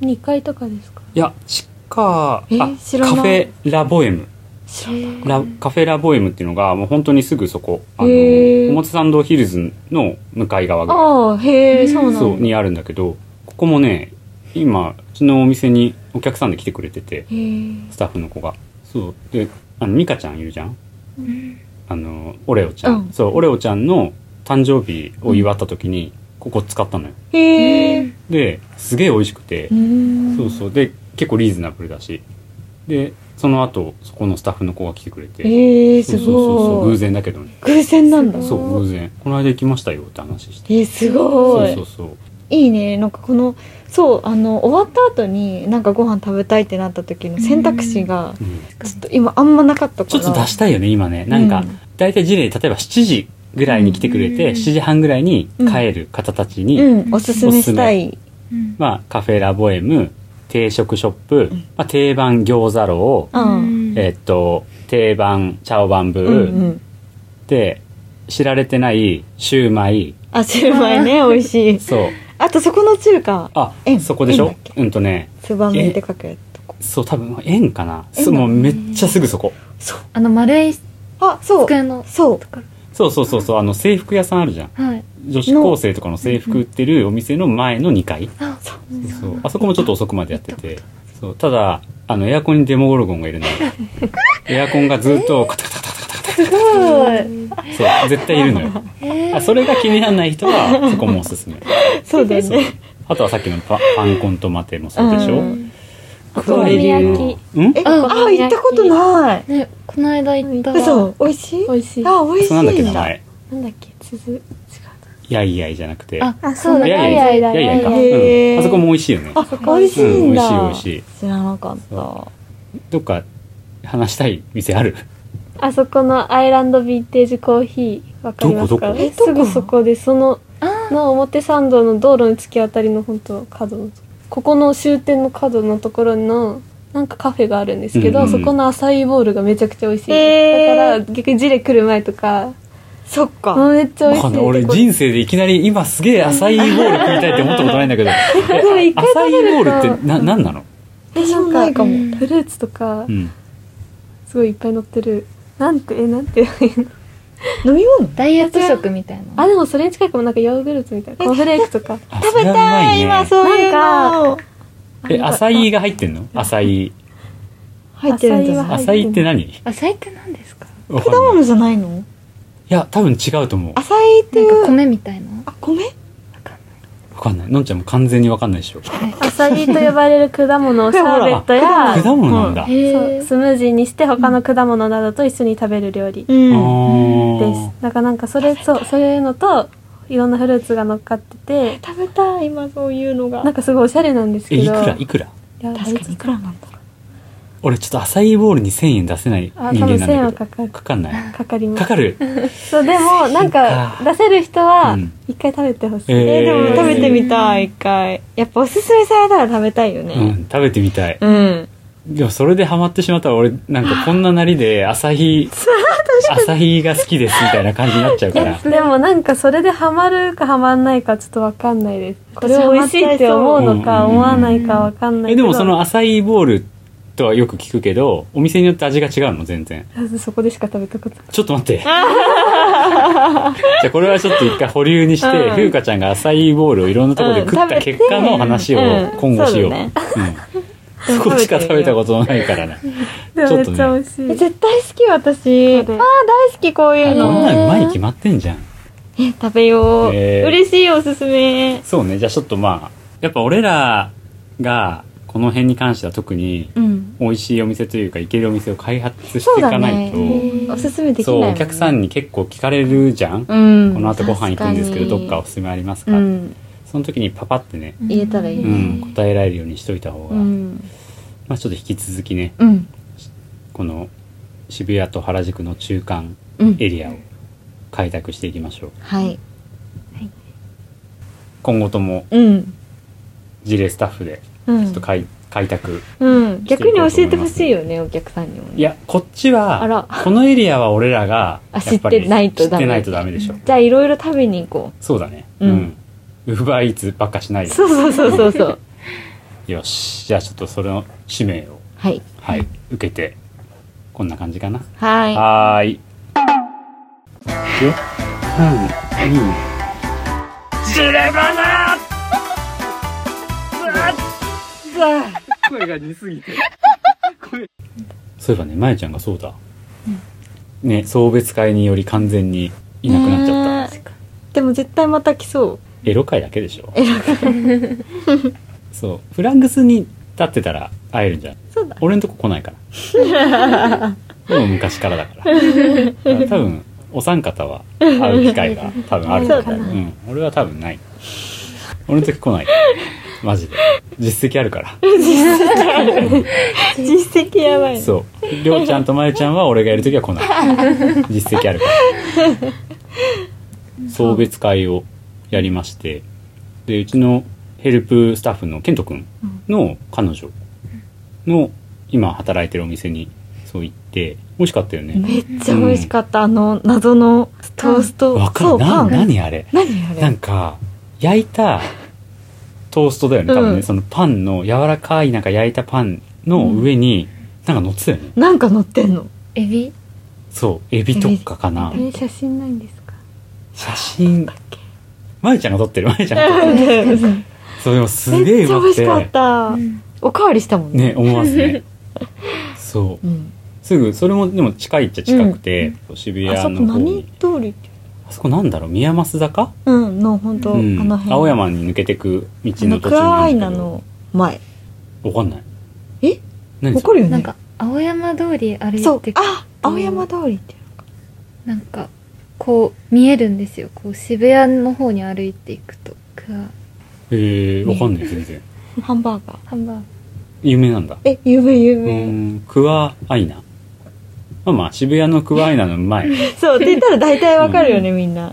S2: 2階とかですか
S1: いや地下あ
S4: え
S1: カフ
S4: 知らない
S1: ェラボエム
S4: 知らない
S1: ラカフェラボエムっていうのがもう本当にすぐそこあの
S4: へー
S1: 表参道ヒルズの向かい側ぐらい
S4: ああへえそうなんだ
S1: そうにあるんだけどここもね今うちのお店にお客さんで来てくれてて
S4: へー
S1: スタッフの子がそうであのミカちゃんいるじゃん、あのオレオちゃん、
S4: うん
S1: そうオレオちゃんの誕生日を祝った時にここ使ったのよ
S4: へえ
S1: ですげえ美味しくて、そうそうで結構リーズナブルだしでその後そこのスタッフの子が来てくれて、
S4: えー、
S1: そ
S4: す
S1: うそうそうそう
S4: ご
S1: 偶
S4: い
S1: 然だけどね
S4: 偶然なんだ
S1: そう偶然この間行きましたよって話して
S4: えー、すごい
S1: そうそう
S4: いいねなんかこのそうあの終わった後になんかご飯食べたいってなった時の選択肢が
S1: そう、うん
S4: ちょっと今あんまなかったか
S1: ちょ
S4: ら
S1: っと出したいよね今ねなんか、
S4: うん
S1: 大体事例例えば7時ぐらいに来てくれて、
S5: うん
S1: 7時半ぐらいに帰る方たちに、
S4: うんおすすめしたい
S5: うん
S1: まあ、カフェラボエム定食ショップ、
S4: ん
S1: まあ、定番餃子楼、
S4: う
S5: うん
S1: えっと定番チャオバンブー、
S4: うんうん
S1: で知られてないシューマイ
S4: あシューマイね美味しい
S1: そう
S4: あとそこの中華
S1: あ
S4: 円
S1: そこでし
S4: 円
S1: ょ
S4: だっけ
S1: うんとね
S4: つばめって書くやつとこ
S1: そう多分円かな
S4: 円
S1: そう
S4: だ
S1: もうめっちゃすぐそこ
S4: そう
S5: あの丸い
S4: あそう
S5: 机の
S4: そう
S5: とこ
S1: そうそうそうそうあの制服屋さんあるじゃん
S5: ろはい
S1: 女子高生とかの制服売ってるお店の前の2階
S5: あ
S4: そう
S1: そうあそこもちょっと遅くまでやっててそうただあのエアコンにデモゴルゴンがいるのよエアコンがずっとカタカタカタカタカタ
S5: すごい
S1: そう絶対いるのよ
S5: え
S1: あ
S5: ー
S1: それが気にならない人はそこもおすすめ
S4: そうだよ
S1: そう
S4: ね
S1: あとはさっきのパパンコントマテもそうでし
S4: う
S1: ょ
S4: ん
S1: お
S2: 好み焼き
S1: うん
S4: え
S5: うん
S4: あ行ったことない
S5: ねこの間行った
S4: 嘘美味しい
S2: 美味しいな
S4: あ美味し
S1: そうなんだっ
S4: い
S1: け
S4: ん
S1: 名
S4: だ
S1: 前
S2: んだっけ鈴違う
S1: やいやいじゃなくて
S5: あ
S2: あ
S5: そうだ
S1: いや
S5: ね
S1: い
S5: や
S1: や
S5: い
S1: い
S5: や
S1: や
S5: い
S1: い
S5: やいや
S1: や
S5: い
S1: いや
S5: や
S4: へー
S1: うんあそこも美味しいよね
S4: あ美味しいんだ
S1: うん美味しい美味
S4: 知らなかった
S1: どっか話したい店ある
S2: あそこのアイランドヴィンテージコーヒーわかりますか
S1: どこどこ
S2: えすぐそこでその
S5: あ
S2: の表参道の道路に突き当たりの本当角のここの終点の角のところのなんかカフェがあるんですけど、
S1: うんうん
S2: そこのアサイーボールがめちゃくちゃ美味しい、
S4: へー
S2: だから逆にジレ来る前とか
S4: そっか
S2: もうめっちゃ美
S1: わ
S2: 味し
S1: か
S2: い
S1: んない俺人生でいきなり今すげえアサイーボール食いたいって思ったことないんだ
S4: [LAUGHS]
S1: けどえアサイーボールってな何なの、
S4: 私もないかも
S2: フルーツとか
S1: うん、
S2: すごいいっぱい乗ってるなんてえなんて言えばいいの
S4: 飲み物
S5: ダイエット食みたいな
S2: あでもそれに近いかもなんかヨーグルトみたいなコーンフレークとか
S1: あ
S4: 食べ
S1: それはうま
S4: たい
S1: ね
S4: 今そういう
S2: な
S4: の
S1: えアサイーが入ってんのアサイー
S4: [LAUGHS] 入ってるんです
S2: ア
S1: アサイーって何
S5: あ最低なんですか
S1: わか
S4: 果
S1: んない
S4: 物じゃないの
S1: いや多分違うと思う
S4: アサイって
S5: ないんか
S4: う
S5: 米みたいな
S4: あ米
S1: わかんないのんちゃんも完全にわかんないでしょ
S2: アサリと呼ばれる果物をシャーベットや
S1: 果物なんだ、
S5: へ
S2: そうスムージーにして他の果物などと一緒に食べる料理で
S4: うん
S1: あ
S2: すだからなんかそれそうそういうのといろんなフルーツが乗っかってて
S4: 食べたい今そういうのが
S2: なんかすごいおしゃれなんです
S1: ーえ
S2: けど
S1: いくらいくら
S2: いや
S4: 確かにいくらなんだろ
S1: 俺ちょっとアサイーボールに1000円出せない人
S2: あ多
S1: 間
S2: 分
S1: なん
S2: 1000
S1: だ
S2: は
S1: けど
S2: かかる
S1: かかんない
S2: かかります
S1: かかる
S2: そうでもなんか
S1: か
S2: 出せる人は
S1: うん
S2: 一回食べてほしい、
S4: うえ
S1: え
S4: ーでも
S1: ー
S4: 食べてみたい一回やっぱおすすめされたら食べたいよ
S1: う
S4: ね
S1: ん食べてみたい
S4: うん
S1: でもそれでハマってしまったら俺なんかこんななりで朝日朝日が好きですみたいな感じになっち
S2: [LAUGHS]
S1: ゃうから
S2: でもなんかそれでハマるかハマんないかちょっとわかんないですこれを美味しいって思うのか
S1: うん
S2: 思わないかわかんない
S1: え
S2: け
S1: で
S2: ど
S1: もそのアサイーボールとはよく聞くけどお店によって味が違うの全然
S2: そこでしか食べたことない
S1: ちょっと待って
S4: [LAUGHS]
S1: じゃあこれはちょっと一回保留にして、
S4: うん
S1: ふうかちゃんがアサイーボールをいろんなところで食った結果の話を
S4: うん
S1: 今後しよう,、
S4: そううだね [LAUGHS]
S1: んそこしか食べたことのないからね
S2: でもめっちゃ美味しい、
S4: 絶対好き私あ
S2: これ
S4: ー大好きこういう
S1: あこん
S4: の
S1: なんうまいに決まってんじゃん
S4: え食べよう、
S1: えー
S4: 嬉しいおすすめ
S1: そうねじゃあちょっとまあやっぱ俺らがこの辺に関しては特に
S4: うん
S1: 美味しいお店というか行けるお店を開発していかないと
S4: そうだねおすすめできな
S1: そ
S4: いうもんね
S1: お客さんに結構聞かれるじゃん、
S4: うん
S1: この後ご飯行くんですけどどっかお
S4: を
S1: すすめあります
S4: う
S1: か、
S4: ん
S1: その時にパパってね、
S4: 言えたらいい
S1: うん
S4: ね
S1: 答えられるようにしといた方
S4: う
S1: が、
S4: ん
S1: まあちょっと引き続きね
S4: うん
S1: この渋谷と原宿の中間
S4: うん
S1: エリアを開拓していきましょう
S4: はい
S1: 今後とも
S4: うん
S1: 事例スタッフでち
S4: うん
S1: ょっと開,、開拓
S4: うん逆に教えてほしいよねお客さんにも
S1: い
S4: ね
S1: やこっちは
S4: あら
S1: このエリアは俺らが
S4: あ
S1: やっぱり
S4: 知ってないとダ
S1: 知
S4: メ
S1: ってないとダメでしょ
S4: じゃあいろいろ食べに行こ
S1: そうだね
S4: うん
S1: ウーバーイーツばっかしないうよ
S4: そうそうそうそうそう
S1: [LAUGHS] よしじゃあちょっとそれの使命を
S4: はい
S1: はい受けてこんな感じかな
S4: はい
S1: はーい。いくよ。うん。うん。ジレバナ。声が似すぎ
S4: [LAUGHS]
S1: て。そういえばね、まゆちゃんがそうだ。ね、送別会により完全にいなくなっちゃった。
S4: たでも絶対また来そう
S1: エロ会だけでしょ。エロ会。そう、フラングスに立ってたら会えるんじゃない。
S4: そうだ
S1: 俺んとこ来ないから。でも昔からだから。だから多分お三方は会う機会が多分あると思う。うん、俺は多分ない。俺の時来ない。マジで。実績あるから。
S4: 実績やばいね
S1: そう。りょうちゃんとまゆちゃんは俺がいる時は来
S4: [LAUGHS]
S1: ない。実績あるから。送別会をやりまして、で、うちのヘルプスタッフのケントくんの彼女の今働いてるお店にそう行って、美味しかったよね。
S4: めっちゃ美味しかった、あの謎のトースト
S1: わか
S4: そ
S1: る
S4: うパ
S1: な、
S4: ン
S1: 何あれ。
S4: 何あれ
S1: なんか、焼いたトーストだよね、多分ね。
S4: うん
S1: そのパンの、柔らかいなんか焼いたパンの上に、なんか乗ってたよね。
S4: なんか乗ってんの
S5: エビ
S1: そう、エビとかかな。
S2: え写真ないんですか
S1: 写真まゆちゃんが撮ってるまゆちゃんが撮ってる
S4: [LAUGHS]
S1: そうでもすげえ
S4: めっ
S1: うま
S4: ちゃ美
S1: く
S4: 味しかってた、おかわりしたもんね
S1: ね思わずねそう
S4: うん、
S1: すぐそれもでも近いっちゃ近くて、渋
S2: あそ
S1: 谷
S2: こ
S1: の方
S2: 何
S1: に
S2: 通りって
S1: あそこなんだろう宮益坂、
S4: うん、の本当、
S1: うん
S4: あの辺
S1: 青山に抜けてく道
S4: あ
S1: の
S4: の
S1: 途中
S4: クアアイ
S1: にあ
S4: ナ
S1: るけど
S4: の前
S1: わかんない
S4: え
S1: 何
S4: わ
S1: そ
S4: か
S1: れ
S4: るよね
S5: なんか青山通り
S4: そ
S5: 歩いうてく
S4: あ青山通りって
S5: なんかこう見えるんですよこう渋谷の方に歩いていくとクア
S1: えー、わかんない全然
S4: ハンバーガー
S5: ハンバーグ
S1: 有名なんだ
S4: え有名有
S1: う
S4: 名
S1: ーんクアアイナまあまあ渋谷のクアアイナの前
S4: そうって言ったら大体わかるよね、みんな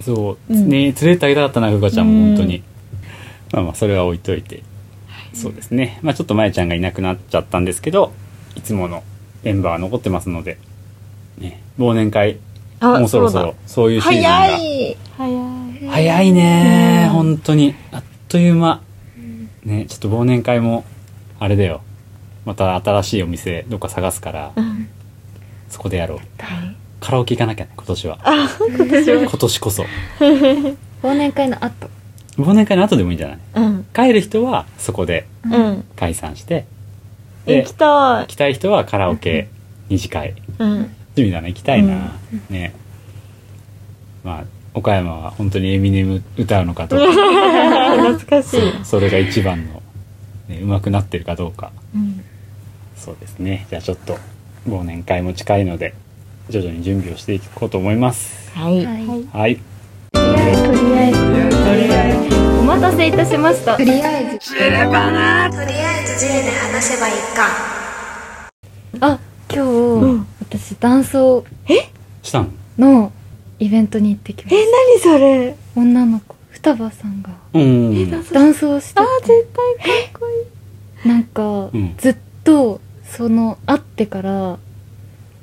S1: そう、
S4: うん
S1: ね連れてあげたかったなふかちゃんも
S4: うん
S1: 本当に、まあまあそれは置いといてそうですねまあちょっとまやちゃんがいなくなっちゃったんですけどいつものメンバーは残ってますので、ね、忘年会
S4: あ
S1: もうそろそ
S4: だ
S1: ろそういうシーズンが
S4: 早い
S2: 早い
S1: 早いね
S4: うん
S1: 本当にあっという間ねちょっと忘年会もあれだよまた新しいお店どっか探すから、
S4: ん
S1: そこでやろうカラオケ行かなきゃ今年は今年こそ
S5: 忘年会の後
S1: 忘年会の後でもいいんじゃない
S4: うん
S1: 帰る人はそこで
S4: うん
S1: 解散して
S4: 行
S1: で
S4: きたい
S1: 来たい人はカラオケ二次会
S4: うん
S1: 趣味だね行きたいな、ねまあ岡山は本当にエミネム歌うのかとか
S4: 懐かしい
S1: それが一番の、ね、上手くなってるかどうか
S4: うん
S1: そうですねじゃあちょっと忘年会も近いので徐々に準備をしていこうと思います
S4: はい、
S5: はい
S1: はい
S4: お待たせいたしました
S5: あ今日、私男装
S1: したの
S5: のイベントに行ってきまし
S4: 何それ
S5: た女の子双葉さんが
S1: うん
S5: ダンスをしててなんか、
S1: うん
S5: ずっとその会ってから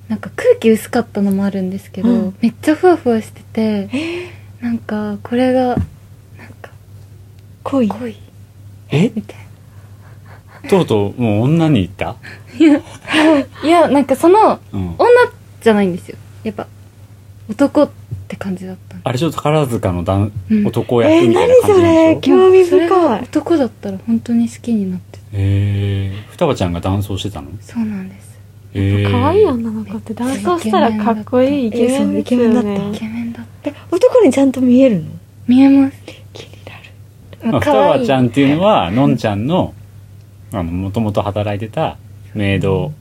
S5: なんか空気薄かったのもあるんですけど、
S4: うん
S5: めっちゃふわふわしててなんかこれがなんか
S4: 恋
S5: 濃い
S1: え
S5: みたい
S1: とうとうもう女に行った、
S5: ないやなんかその
S1: うん、
S5: 女じゃないんですよやっぱ男って感じだったんで
S1: あれちょっと宝塚の男
S5: うん
S1: 男
S4: え
S1: 役みたいな
S4: 何
S1: 感
S4: そ
S1: じなんでしょ
S4: れ興味
S5: それが
S4: 深い
S5: 男だったら本当に好きになって
S1: へえ双葉ちゃんが男装してたの
S5: たそうなんです
S1: へえ
S2: 可愛い女の子って男装したらかっこいいイケメンですよ
S5: イ
S2: ね
S5: ケメンだった
S4: え男にちゃんと見えるの
S5: 見えます
S4: 気になる
S1: まあ、ふた
S5: 可愛
S1: わ
S5: い
S1: ちゃんっていうのは、のんちゃんの、あの、もともと働いてたメイド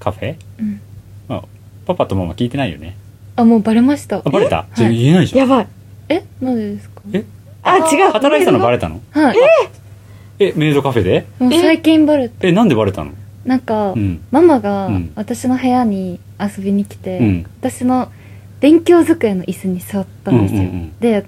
S1: カフェ、
S5: うん
S1: まあ、パパとママ聞いてないよね。
S5: あもうバレました
S1: あ、バレたじゃあ
S5: はい
S1: 言えないじゃん。
S4: やばい
S5: えなんでですか
S1: え
S4: あ違う
S1: 働いてたのバレたの
S5: はい
S1: え、メイドカフェで
S5: もう最近バレた
S1: え、なんでバレたの
S5: なんか、
S1: うん。
S5: ママが
S1: うん
S5: 私の部屋に遊びに来て、
S1: うん。
S5: 私の勉強机の椅子に座ったんですよ、
S1: うんうんうん
S5: で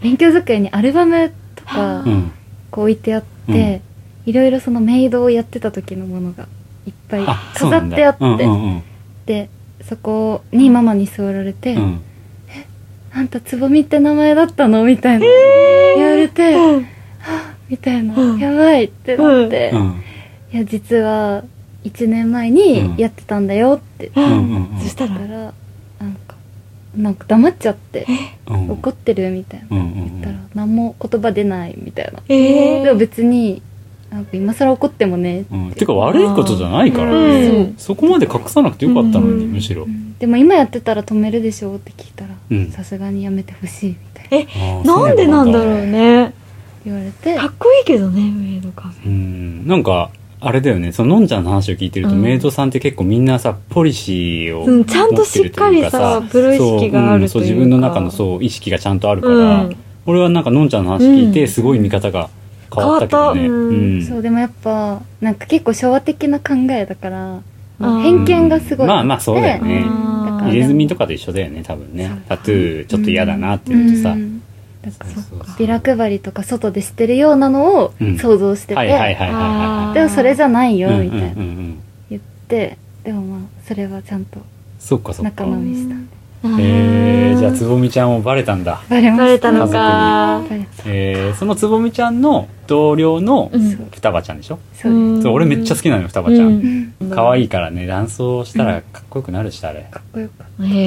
S5: 勉強机にアルバムとか
S1: うん。
S5: こう置いてあって、いろいろそのメイドをやってた時のものがいっぱい
S1: あ、そう
S5: 飾
S1: なん
S5: っ
S1: だ
S5: てあって
S1: うんうん
S5: でそこにママに座られて
S1: う
S5: 「
S1: ん。うん。
S5: あんたつぼみって名前だったの?」みたいな言われて「はあみたいな「
S4: うん
S5: やばい」ってなって「
S1: う
S5: い
S1: ん。
S5: や実は1年前
S1: うん
S5: にやってたんだよ」って
S4: う
S1: うん
S4: ん
S1: う
S4: そしたら
S5: だからなんかなんか黙っちゃって
S1: んうん。
S5: 怒ってるみたいな
S1: うんうん
S5: 言った
S1: う
S5: ら
S1: ん。
S5: 何も言葉出ないみたいな
S4: え
S5: でも別になんか今更怒ってもね
S1: うん、てか悪いことじゃないから、
S2: うん
S1: うんそこまで隠さなくてよかったのに、
S4: うん
S1: むしろ、
S5: うんでも今やってたら止めるでしょって聞いた
S1: うん
S5: らさすがにやめてほしいみたいな
S1: あー
S4: なんでなんだろうね
S5: 言われて
S4: かっこいいけどねメイドカフェ
S1: うんなんかあれだよねそののんちゃんの話を聞いてると、
S5: うん
S1: メイドさんって結構みんなさポリシーを
S4: うんちゃんとしっかり
S1: 持
S4: さ
S1: って
S4: プロ
S1: る
S4: 意
S1: というかさ
S4: 識があるというか
S1: そう,、ん、そう自分の中のそう意識がちゃんとあるから、
S4: うん
S1: 俺はなんかのんちゃんの話聞いて、
S4: うん
S1: すごい見方が変わったけどね
S4: 変わったうん
S1: ん
S5: そうでもやっぱなんか結構昭和的な考えだから
S4: あー
S5: 偏見がすごい
S1: まあまあそうだよね
S5: うんだから
S1: 入れ墨とかと一緒だよね多分ね
S5: そう
S1: タトゥーちょっと嫌だなって
S5: う
S1: 言うとさ、
S5: んだから
S1: そうそうそう
S5: ビラ配りとか外でしてるようなのを
S1: うん
S5: 想像して
S1: はいはいはい
S5: て
S1: はいは
S4: あ
S1: い
S5: でもそれじゃないよ
S1: うんうん
S5: みたい
S1: うんう
S5: なん言ってでもまあそれはちゃんと
S1: そっかそっか
S5: 仲間にした
S1: えー、じゃあつぼみちゃんもバレたんだ
S5: バレました
S4: バレたのか
S5: バレた
S1: えー、そのつぼみちゃんの同僚の
S4: うん
S1: 双葉ちゃんでしょ、
S5: そうです
S1: そう俺めっちゃ好きなのよ双葉ちゃ、
S4: うん
S5: うん
S1: 可愛いからね男装したらかっこよくなるしあれ、
S5: かっこよかった
S4: へ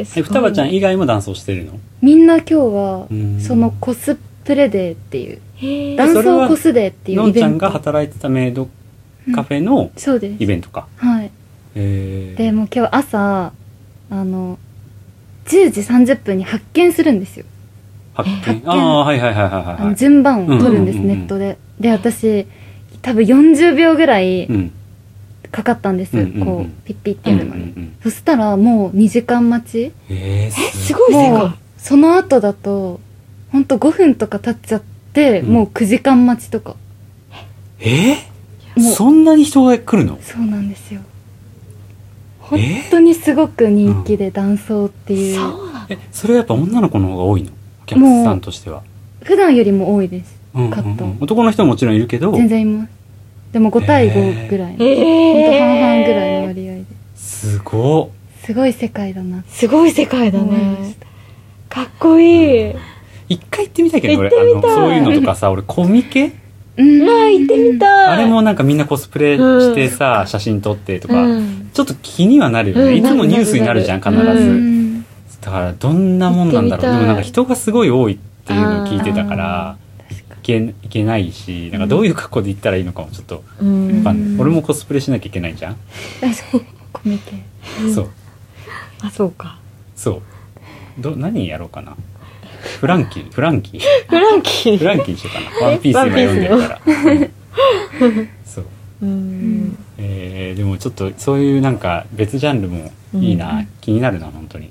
S4: え
S1: え双葉ちゃん以外も男装してるの
S5: みんな今日は
S1: うん
S5: そのコスプレデーっていう
S4: へ
S1: だ
S5: 男装コスデーってい
S1: の
S5: うんイ
S1: ち
S5: ベ
S1: ゃん
S5: ン
S1: が
S5: ト
S1: 働いてたメイドカフェの
S5: そうで
S1: イ
S5: す
S1: ベントか、
S5: はい
S1: え
S5: でもう今日朝あの10時30分に発見するんですよ
S1: 発見
S5: 発見
S1: ああはいはいはいはい
S5: あ
S1: はいは
S5: の
S1: い
S5: 順番を取るんです
S1: うんうんう
S5: ネ
S1: んうん
S5: ットでで私多分40秒ぐらい
S1: うん
S5: かかったんです
S1: うんうんうん
S5: こうピッピってやるの
S1: うんうんう
S5: に
S1: ん
S5: そしたらもう2時間待ち
S1: えー、
S4: す
S1: す
S4: ごい世
S5: も
S4: 界
S5: うその後だとほんと5分とか経っちゃって
S1: うん
S5: もう9時間待ちとか
S1: えー、
S5: もう
S1: そんなに人が来るの
S5: そうなんですよ
S1: え
S5: 本
S1: ー
S5: 当にすごく人気で男装っていう
S4: そうなの
S1: えそれはやっぱ女の子の方が多いのお客さんとしては、
S5: 普段よりも多いです
S1: うんうんう
S5: 買った
S1: ん、男の人ももちろんいるけど
S5: 全然いますでも5対5ぐらいの、ほんと半々ぐらいの割合です
S1: ごっ
S5: すごい世界だなって
S4: すごい世界だ
S5: 思いま
S4: ね
S5: した、
S4: かっこいい
S1: 一回行ってみたいけど俺
S4: 行ってみたい
S1: あのそういうのとかさ俺コミケ
S5: うん
S4: まあ行ってみたい
S1: あれもなんかみんなコスプレしてさ、写真撮ってとか、
S4: うん
S1: ちょっと気にはなるよね、
S4: うん
S1: いつもニュースになるじゃん
S4: な
S1: 必
S4: る
S1: ず、
S4: なるう
S1: だからどんなもんなんだろう
S4: 行ってみた
S1: で
S4: い
S1: もなんか人がすごい多いっていうのを聞いてたから
S5: 確か
S1: いけいけないしなんかどういう格好で行ったらいいのかもちょっと
S4: う
S1: 分
S4: ん
S1: かんない、
S5: うん
S1: 俺もコスプレしなきゃいけないじゃん、
S4: [LAUGHS]
S5: に確かにコミケ
S1: そう
S4: あそうか
S1: そうど何やろうかなフランキーフランキー
S4: フランキ
S1: フ
S4: ー
S1: ランキーにしようかな。ワンピース今読んでるから。うんそう。
S4: うん
S1: えー、でもちょっとそういうなんか別ジャンルもいいな、
S4: うん
S1: 気になるな本当に。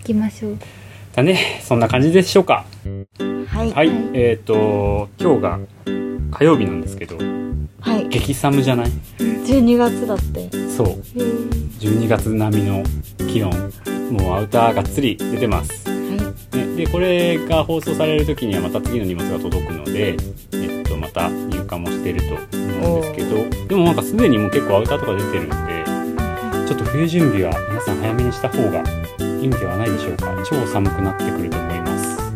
S5: 行きましょう
S1: だねそんな感じでしょうか。
S4: はい
S1: はい、えっ、と今日が火曜日なんですけど
S4: はい
S1: 激寒じゃない？
S4: 12月だって
S1: そう12月並みの気温もうアウターがっつり出てます。
S4: は
S1: ね、でこれが放送される時にはまた次の荷物が届くので、えっと、また入荷もしてると思うんですけどでもなんかすでにもう結構アウターとか出てるんでちょっと冬準備は皆さん早めにした方がいいんではないでしょうか超寒くなってくると思います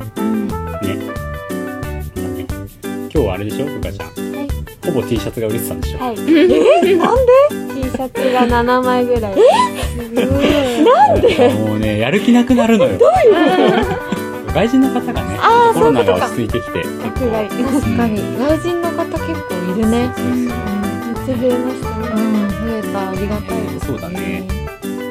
S1: ねね今日はあれでしょふかちゃん、
S4: い
S1: ほぼ T シャツが売れてたんでしょ、
S2: はいえなんで T シャツが7枚ぐらいえ
S1: なんでもうねやる気なくなるのよどういうこと外人の方がね
S4: あー
S1: コロナ
S4: そう
S1: が落
S4: いうことか
S1: ち着いてきて
S2: 100がい
S4: 確かに外人の方結構いるね
S1: そうそうそう
S2: めっちゃ増えました
S4: う
S2: ね
S4: ん増えたありがたいです
S1: そうだね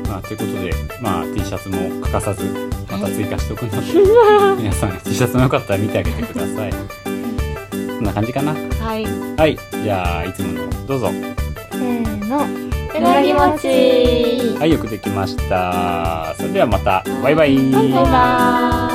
S1: まああということで、まあ、T シャツも欠かさずまた追加しておくので、 [LAUGHS] 皆さん T シャツもよかったら見てあげてくださいこんな感じかな
S4: はい
S1: はいじゃあいつものどうぞ
S5: ーの
S4: うなぎもち
S1: はいよくできましたそれではまたバイバイ
S4: バイバーイ